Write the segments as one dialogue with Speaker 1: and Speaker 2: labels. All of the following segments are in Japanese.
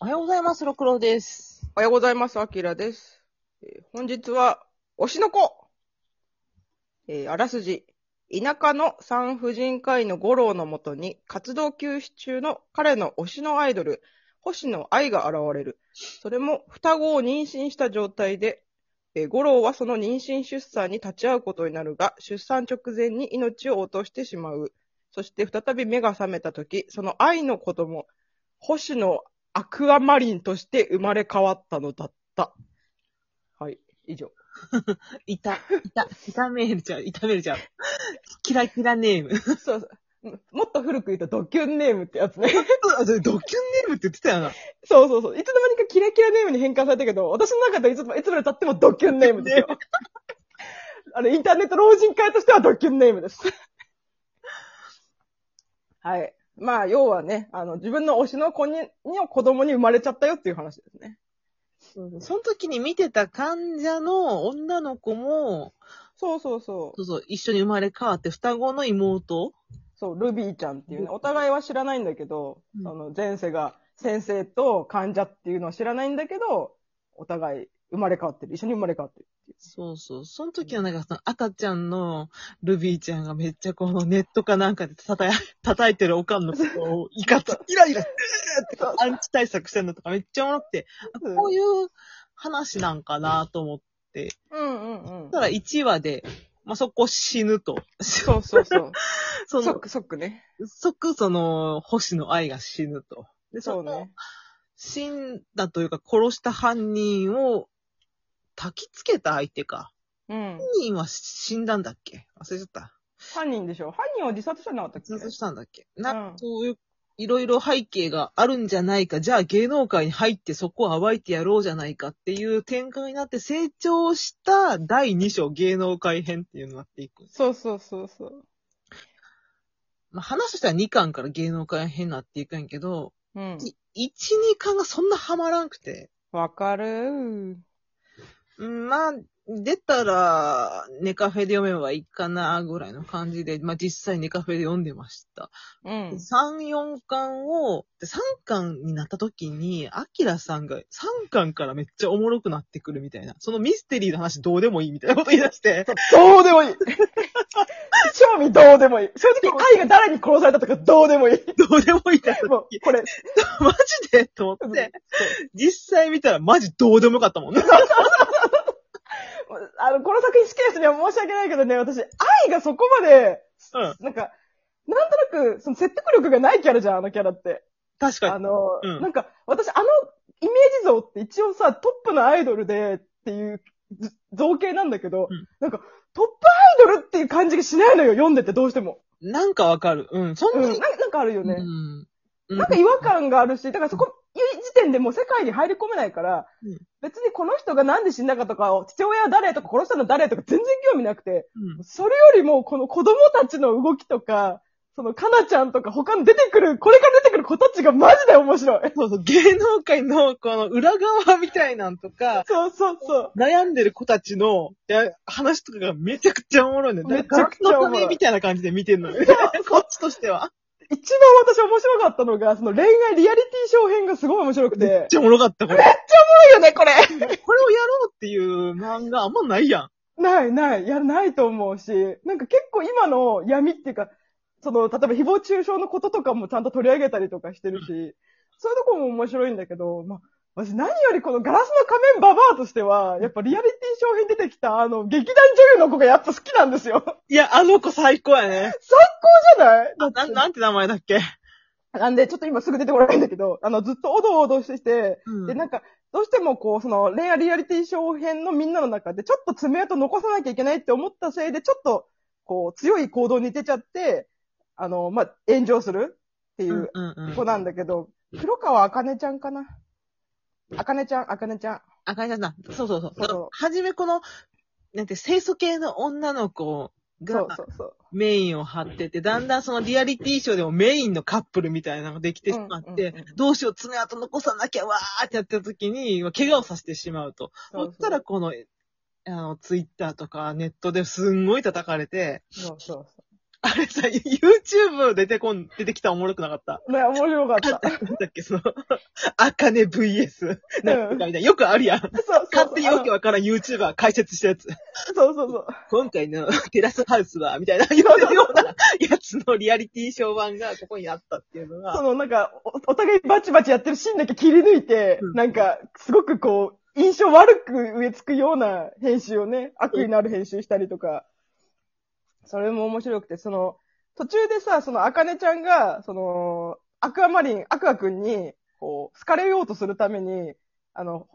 Speaker 1: おはようございます、六郎です。
Speaker 2: おはようございます。あきらです。えー本日は、推しの子えーあらすじ。田舎の産婦人科医の五郎のもとに、活動休止中の彼の推しのアイドル、星野愛が現れる。それも双子を妊娠した状態で、えー五郎はその妊娠出産に立ち会うことになるが、出産直前に命を落としてしまう。そして再び目が覚めた時、その愛の子供、星野アクアマリンとして生まれ変わったのだった。はい、以上。
Speaker 1: いた、いた、いたメールちゃう、いたメールちゃう。キラキラネーム。
Speaker 2: そうそうもっと古く言うとドキュンネームってやつね。
Speaker 1: あ、それドキュンネームって言ってたよな。
Speaker 2: そうそうそう。いつの間にかキラキラネームに変換されたけど、私の中でいつもいつまで経ってもドキュンネームですよ。 あの、インターネット老人会としてはドキュンネームです。 はい。まあ、要はね、あの、自分の推しの子に、の子供に生まれちゃったよっていう話ですね。
Speaker 1: その時に見てた患者の女の子も、
Speaker 2: そうそうそ
Speaker 1: そう
Speaker 2: う。
Speaker 1: そう、一緒に生まれ変わって双子の妹
Speaker 2: そう、ルビーちゃんっていうね、お互いは知らないんだけど、
Speaker 1: うん
Speaker 2: その前世が先生と患者っていうのは知らないんだけど、お互い生まれ変わってる。一緒に生まれ変わってる。
Speaker 1: そうそう。その時はなんかその赤ちゃんのルビーちゃんがめっちゃこのネットかなんかで叩い 叩いてるおかんのことをいかつ、 イライラ、うーって
Speaker 2: そう
Speaker 1: アンチ対策してんのとかめっちゃおもろくて、あ
Speaker 2: うん
Speaker 1: こういう話なんかなと思って。
Speaker 2: うんうんうん
Speaker 1: そしたら1話で、まあ、そこ死ぬと。
Speaker 2: そうそうそう。
Speaker 1: そ
Speaker 2: ソッ
Speaker 1: の、
Speaker 2: ク、ソックね。
Speaker 1: 即その、星野愛が死ぬと。で、
Speaker 2: そ
Speaker 1: そうの
Speaker 2: ね、。
Speaker 1: 死んだというか殺した犯人を、焚きつけた相手か。
Speaker 2: うん。
Speaker 1: 犯人は死んだんだっけ忘れちゃった。
Speaker 2: 犯人でしょ犯人は自殺じゃなかったっけ
Speaker 1: 自殺したんだっけな、
Speaker 2: うん
Speaker 1: そういう、いろいろ背景があるんじゃないか。じゃあ芸能界に入ってそこを暴いてやろうじゃないかっていう展開になって成長した第2章芸能界編っていうのになっていく。
Speaker 2: そうそうそうそう。
Speaker 1: まあ、話としては2巻から芸能界編になっていくんやけど、
Speaker 2: うん。
Speaker 1: 1、2巻がそんなハマらんくて。
Speaker 2: わかるー。
Speaker 1: うんまあ、出たら、ネカフェで読めばいいかな、ぐらいの感じで、まあ実際ネカフェで読んでました。
Speaker 2: うん。
Speaker 1: 3、4巻を、で3巻になった時に、アキラさんが3巻からめっちゃおもろくなってくるみたいな、そのミステリーの話どうでもいいみたいなこと言い出して、
Speaker 2: どう でもいい興味どうでもいい。正直、愛が誰に殺されたとかどうでもいい。
Speaker 1: どうでもいいってなった
Speaker 2: もう、これ。
Speaker 1: マジでと思って、実際見たらマジどうでもよかったもんね。
Speaker 2: あの、この作品好きな人には申し訳ないけどね、私、愛がそこまで、
Speaker 1: うん。
Speaker 2: なんか、なんとなく、その説得力がないキャラじゃん、あのキャラって。
Speaker 1: 確かに
Speaker 2: あ。の、
Speaker 1: うん
Speaker 2: なんか、私、あの、イメージ像って一応さ、トップのアイドルでっていうず造形なんだけど、
Speaker 1: うん
Speaker 2: なんか、トップアイドルっていう感じがしないのよ、読んでてどうしても。
Speaker 1: なんかわかる。うん。そ
Speaker 2: うんん、
Speaker 1: な
Speaker 2: な
Speaker 1: に、
Speaker 2: なんかあるよ
Speaker 1: うん、
Speaker 2: ね。
Speaker 1: う
Speaker 2: なんか違和感があるし、だからそこ、いう時点でもう世界に入り込めないから、
Speaker 1: うん
Speaker 2: 別にこの人がなんで死んだかとか、父親は誰とか殺したの誰とか全然興味なくて、
Speaker 1: うん
Speaker 2: それよりもこの子供たちの動きとか、そのかなちゃんとか他の出てくる、これから出てくる子たちがマジで面白い。
Speaker 1: そうそう、芸能界のこの裏側みたいなんとか、
Speaker 2: そうそうそう。
Speaker 1: 悩んでる子たちのいや話とかがめちゃくちゃおもろいね。
Speaker 2: めちゃくちゃ
Speaker 1: ガラ
Speaker 2: おもろい
Speaker 1: クタのみたいな感じで見てんのよ。 こっちとしては。
Speaker 2: 一番私面白かったのが、その恋愛リアリティショー編がすごい面白くて。
Speaker 1: めっちゃおもろかった、これ。こ
Speaker 2: いよね、これ。
Speaker 1: れをやろうっていう漫画あんまないやん。
Speaker 2: ない、ない、いや、ないと思うし、なんか結構今の闇っていうか、その、例えば誹謗中傷のこととかもちゃんと取り上げたりとかしてるし、そういうとこも面白いんだけど、まあ、私何よりこのガラスの仮面ババアとしては、やっぱリアリティ商品出てきたあの劇団女優の子がやっぱ好きなんですよ。
Speaker 1: いや、あの子最高やね。
Speaker 2: じゃない
Speaker 1: あなん、なんて名前だっけ
Speaker 2: なんでちょっと今すぐ出てこないんだけど、あの、ずっとおどおどしてて、
Speaker 1: うん
Speaker 2: で、なんか、どうしてもこう、その、恋愛リアリティショー編のみんなの中で、ちょっと爪痕残さなきゃいけないって思ったせいで、ちょっと、こう、強い行動に出ちゃって、あの、まあ、炎上するってい
Speaker 1: うん
Speaker 2: う
Speaker 1: うんうん
Speaker 2: 子。なんだけど、黒川あかねちゃんかな。あかねちゃん、あかねちゃん。
Speaker 1: あかりちゃんだ。そうそうそう。
Speaker 2: そうそう
Speaker 1: はじめこの、なんて、清楚系の女の子が、
Speaker 2: そうそうそう。
Speaker 1: メインを張ってて、だんだんそのリアリティショーでもメインのカップルみたいなのができてしまっ
Speaker 2: うん
Speaker 1: て
Speaker 2: うんうん、
Speaker 1: どうしよう、爪痕残さなきゃ、わーってやってる時に、怪我をさせてしまうと。
Speaker 2: そ
Speaker 1: そうしたら、この、あの、ツイッターとかネットですんごい叩かれて、
Speaker 2: そうそうそ
Speaker 1: あれさ、YouTube 出てこん、出てきたらおもろくなかった。
Speaker 2: う。ね、面白かった。
Speaker 1: なんだっけ、その、あかね VS。なんかみたいな。よくあるやん。
Speaker 2: そうそう
Speaker 1: 勝手にわけわからん YouTuber 解説したやつ。
Speaker 2: そうそうそう。
Speaker 1: 今回の テラスハウスは、みたい な言ってるようなやつのリアリティショー版がここにあったっていうの
Speaker 2: そ
Speaker 1: が、
Speaker 2: のなんかお、お互いバチバチやってるシーンだけ切り抜いて、
Speaker 1: うん
Speaker 2: なんか、すごくこう、印象悪く植え付くような編集をね、悪意のある編集したりとか、それも面白くて、その、途中でさ、その、あかねちゃんが、その、アクアマリン、アクアくんに、こう、好かれようとするために、あの、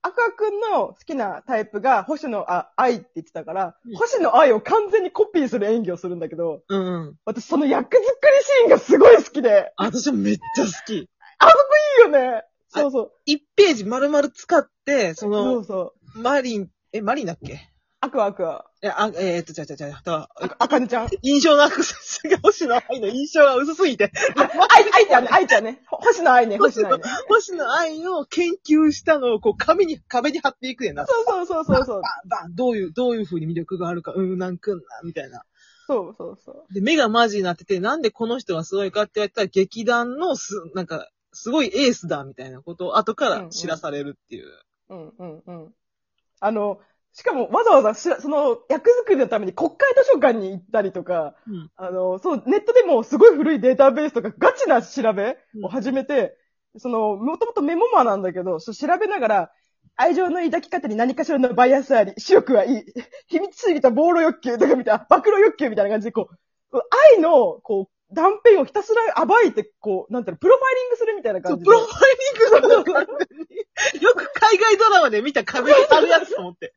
Speaker 2: アクアくんの好きなタイプが、星野あ愛って言ってたから
Speaker 1: うん、
Speaker 2: 星野愛を完全にコピーする演技をするんだけど、
Speaker 1: うん。
Speaker 2: 私その役作りシーンがすごい好きで、
Speaker 1: あ私もめっちゃ好き。
Speaker 2: いいよね。そうそう。
Speaker 1: 1ページ丸々使って、そ
Speaker 2: そ
Speaker 1: の、
Speaker 2: うそう。
Speaker 1: マリン、え、マリンだっけ
Speaker 2: アクアアクア。
Speaker 1: え、あ、えーっと、じゃじゃじゃじゃ、
Speaker 2: ああかねちゃん。 あい、
Speaker 1: 印象のアクセスが星野愛の印象が薄すぎて、
Speaker 2: あいちゃんね、あいちゃんね。ほ星野愛ね、星野愛ね。
Speaker 1: 星野愛を研究したのをこう紙に、壁に貼っていくねんな。
Speaker 2: そうそうそうそうそう。
Speaker 1: バンバンどういう、どういう風に魅力があるか、うん、なんくんな、みたいな。
Speaker 2: そうそうそう。
Speaker 1: で、目がマジになってて、なんでこの人がすごいかって言われたら、劇団のす、なんか、すごいエースだ、みたいなことを後から知らされるっていう。
Speaker 2: うんうんうん。あの、しかもわざわざしら、その役作りのために国会図書館に行ったりとか、
Speaker 1: うん
Speaker 2: あの、そう、ネットでもすごい古いデータベースとかガチな調べを始めて、その、もともとメモマなんだけど、そう調べながら、愛情の抱き方に何かしらのバイアスあり、視力はいい、 秘密主義と暴露欲求とかみたいな、暴露欲求みたいな感じで、こう、愛の、こう、断片をひたすら暴いて、こう、なんていうの、プロファイリングするみたいな
Speaker 1: そ
Speaker 2: 感
Speaker 1: う、
Speaker 2: じで。
Speaker 1: プロファイリングの 中に、 よく海外ドラマで見た壁に貼るやつと思って。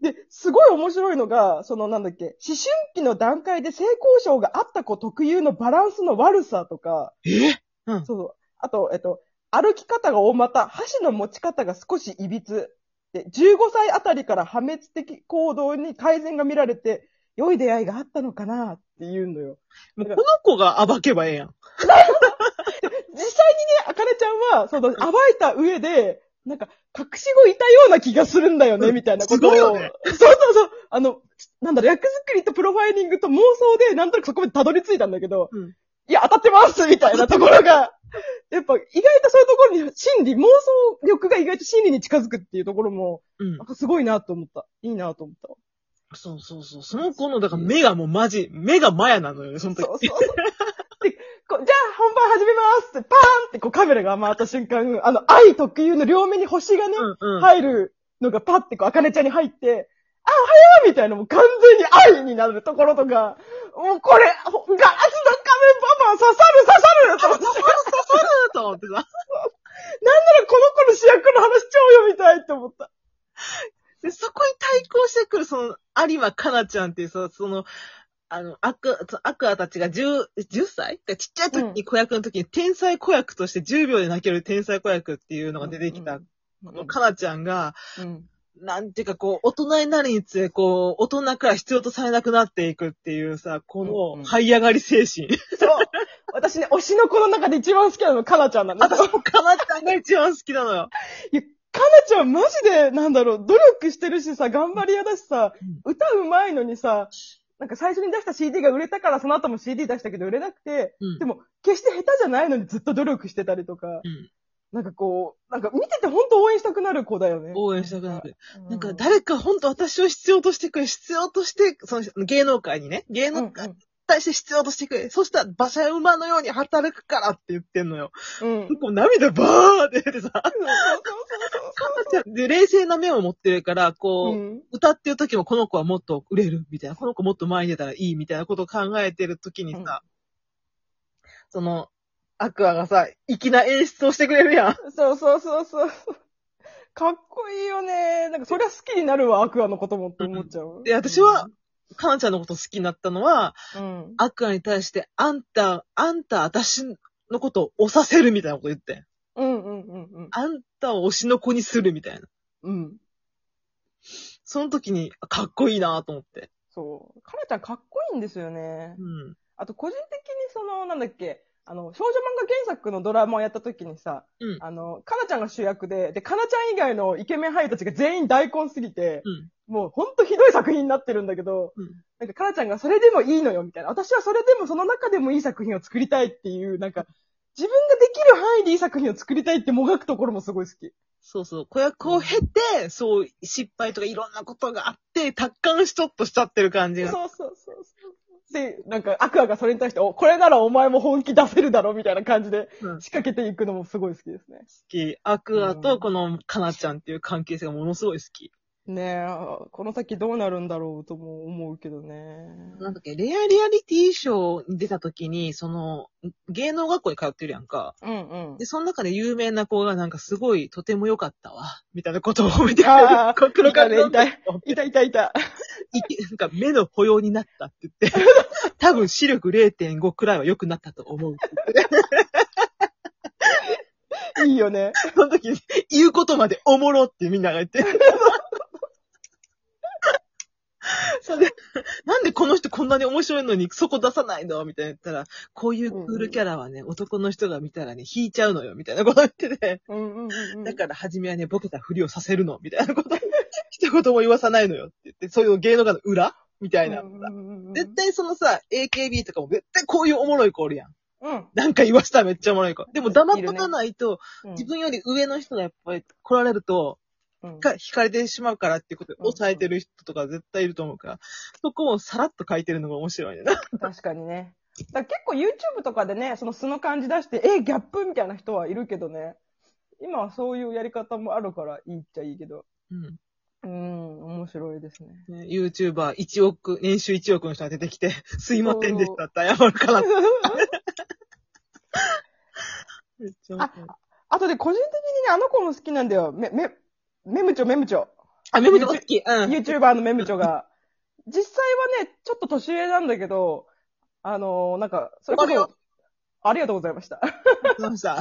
Speaker 2: で、すごい面白いのが、そのなんだっけ、思春期の段階で性交渉があった子特有のバランスの悪さとか、
Speaker 1: え
Speaker 2: そうそう、あと、えっと、歩き方が大股、箸の持ち方が少しいびつ。で、15歳あたりから破滅的行動に改善が見られて、良い出会いがあったのかなっていうのよ。
Speaker 1: もうこの子が暴けばええやん。
Speaker 2: 実際にね、あかねちゃんは、その、暴いた上で、なんか、隠し子いたような気がするんだよね、
Speaker 1: うん
Speaker 2: みたいなことを。
Speaker 1: すごいよね
Speaker 2: そうそうそう。あの、なんだろう、役作りとプロファイリングと妄想で、なんとなくそこまでたどり着いたんだけど、
Speaker 1: うん
Speaker 2: いや、当たってますみたいなところが、 やっぱ、意外とそういうところに、心理、妄想力が意外と心理に近づくっていうところも、
Speaker 1: うん
Speaker 2: なん。かすごいなと思った。いいなと思った。
Speaker 1: そうそうそう。その子の、だから目がもうマジ、目がマヤなのよね、その時。
Speaker 2: そうそうそう。でこうじゃあ本番始めますって、パーンってこうカメラが回った瞬間、あの、愛特有の両目に星がね、
Speaker 1: うんうん。
Speaker 2: 入るのがパッてこう、あかねちゃんに入って、あ、おはようみたいな、もう完全に愛になるところとか、もうこれ、ほガラスの仮面パパ刺さる刺さると思って、
Speaker 1: と思ってさ。
Speaker 2: この子の主役の話超読みたいって思った。
Speaker 1: で、そこに対抗してくる、その、有馬かなちゃんっていう、そその、あの、アク、そのアクアたちが10、10歳ちっちゃい時に子役の時に、天才子役として10秒で泣ける天才子役っていうのが出てきた、
Speaker 2: うん。
Speaker 1: このかなちゃんが、
Speaker 2: うん
Speaker 1: なんていうかこう、大人になるにつれ、こう、大人から必要とされなくなっていくっていうさ、こ
Speaker 2: うんう
Speaker 1: の、
Speaker 2: ん
Speaker 1: 這い上がり精神。
Speaker 2: そう。私ね、推しの子の中で一番好きなの、かなちゃんなんです。
Speaker 1: 私もかなちゃんが一番好きなのよ。
Speaker 2: いや、かなちゃんマジで、なんだろう、努力してるしさ、頑張り屋だしさ、歌うまいのにさ、なんか最初に出した CD が売れたから、その後も CD 出したけど売れなくて、
Speaker 1: うん
Speaker 2: でも、決して下手じゃないのにずっと努力してたりとか、
Speaker 1: うん
Speaker 2: なんかこう、なんか見ててほんと応援したくなる子だよね。
Speaker 1: 応援したくなる。
Speaker 2: うん
Speaker 1: なんか誰か本当私を必要としてくれ、必要として、その芸能界にね、芸能界に対して必要としてくれ。そしたら馬車馬のように働くからって言ってんのよ。
Speaker 2: うんうん。うん。そう
Speaker 1: こう涙バーって出てさ、か
Speaker 2: そう
Speaker 1: なちゃんで冷静な目を持ってるから、
Speaker 2: そうそう。
Speaker 1: こう、
Speaker 2: うん
Speaker 1: 歌ってる時もこの子はもっと売れるみたいな、この子もっと前に出たらいいみたいなことを考えてる時にさ、その、アクアがさ、粋な演出をしてくれるやん。
Speaker 2: そうそうそうそう。かっこいいよね。なんか、そりゃ好きになるわ、アクアのこともって思っちゃう。
Speaker 1: で私は、かなちゃんのこと好きになったのは、
Speaker 2: うん。
Speaker 1: アクアに対して、あんた、あんた、私のことを押させるみたいなこと言ってん。
Speaker 2: うんうんうんうん。
Speaker 1: あんたを推しの子にするみたいな。
Speaker 2: うん。
Speaker 1: その時に、かっこいいなと思って。
Speaker 2: そう。かなちゃんかっこいいんですよね
Speaker 1: う。ん。
Speaker 2: あと個人的にその、なんだっけ、あの、少女漫画原作のドラマをやった時にさ、
Speaker 1: うん
Speaker 2: あの、かなちゃんが主役で、で、かなちゃん以外のイケメン俳優たちが全員大根すぎて、
Speaker 1: うん
Speaker 2: もうほんとひどい作品になってるんだけど、
Speaker 1: うん
Speaker 2: なんかかなちゃんがそれでもいいのよ、みたいな。私はそれでもその中でもいい作品を作りたいっていう、なんか、自分ができる範囲でいい作品を作りたいってもがくところもすごい好き。
Speaker 1: そうそう。子役を経て、そう、失敗とかいろんなことがあって、達観しちょっとしちゃってる感じが。
Speaker 2: そうそうそうそう。で、なんか、アクアがそれに対して、お、これならお前も本気出せるだろ、みたいな感じで
Speaker 1: うん、好
Speaker 2: 仕掛けていくのもすごい好きですね。
Speaker 1: き。アクアとこのカナちゃんっていう関係性がものすごい好き。
Speaker 2: ねえ、この先どうなるんだろうとも思うけどね。
Speaker 1: なんだっけ、レアリアリティショーに出た時に、その、芸能学校に通ってるやんか。
Speaker 2: うんうん
Speaker 1: で、。その中で有名な子がなんかすごい、とても良かったわ、みたいなことを褒めてくれる
Speaker 2: ああ、
Speaker 1: 黒髪の
Speaker 2: いたねいたいたいた。
Speaker 1: いけなんか目の保養になったって言って、多分視力0.5くらいは良くなったと思うって言って。
Speaker 2: いたいいよね。
Speaker 1: その時に言うことまでおもろってみんなが言っ て。それで、なんでこの人こんなに面白いのにそこ出さないのみたいな言ったら、こういうクールキャラはね、男の人が見たらね、引いちゃうのよ、みたいなこと言ってて、
Speaker 2: うんうんうんうん。
Speaker 1: だから初めはね、ボケたふりをさせるの、みたいなこと、 一言も言わさないのよって言って、そういう芸能界の裏みたいな。
Speaker 2: うんうんうんうん
Speaker 1: 絶対そのさ、AKB とかも絶対こういうおもろい子おるやん。
Speaker 2: うん。
Speaker 1: なんか言わしたらめっちゃおもろい子。でも黙っとかないと、
Speaker 2: うん
Speaker 1: 自分より上の人がやっぱり来られると、
Speaker 2: うん
Speaker 1: か惹かれてしまうからっていうことで
Speaker 2: うん
Speaker 1: 抑えてる人とか絶対いると思うから、そこをさらっと書いてるのが面白いね。な
Speaker 2: 確かにね。だから結構 YouTube とかでね、その素の感じ出して、え、ギャップみたいな人はいるけどね。今はそういうやり方もあるからいいっちゃいいけど。
Speaker 1: うん
Speaker 2: うん、面白いですね。
Speaker 1: ね YouTuber1 億、年収1億の人が出てきて、すいませんでしたって謝るから。めっちゃ面白い
Speaker 2: あとで個人的にね、あの子も好きなんだよ。め、め、メムチョ、メムチョ。
Speaker 1: あ、メモでも好き。うん。
Speaker 2: YouTuber のメムチョが。実際はね、ちょっと年上なんだけど、あのーなんか、それこ
Speaker 1: わかる
Speaker 2: そ、ありがとうございました。
Speaker 1: そうした。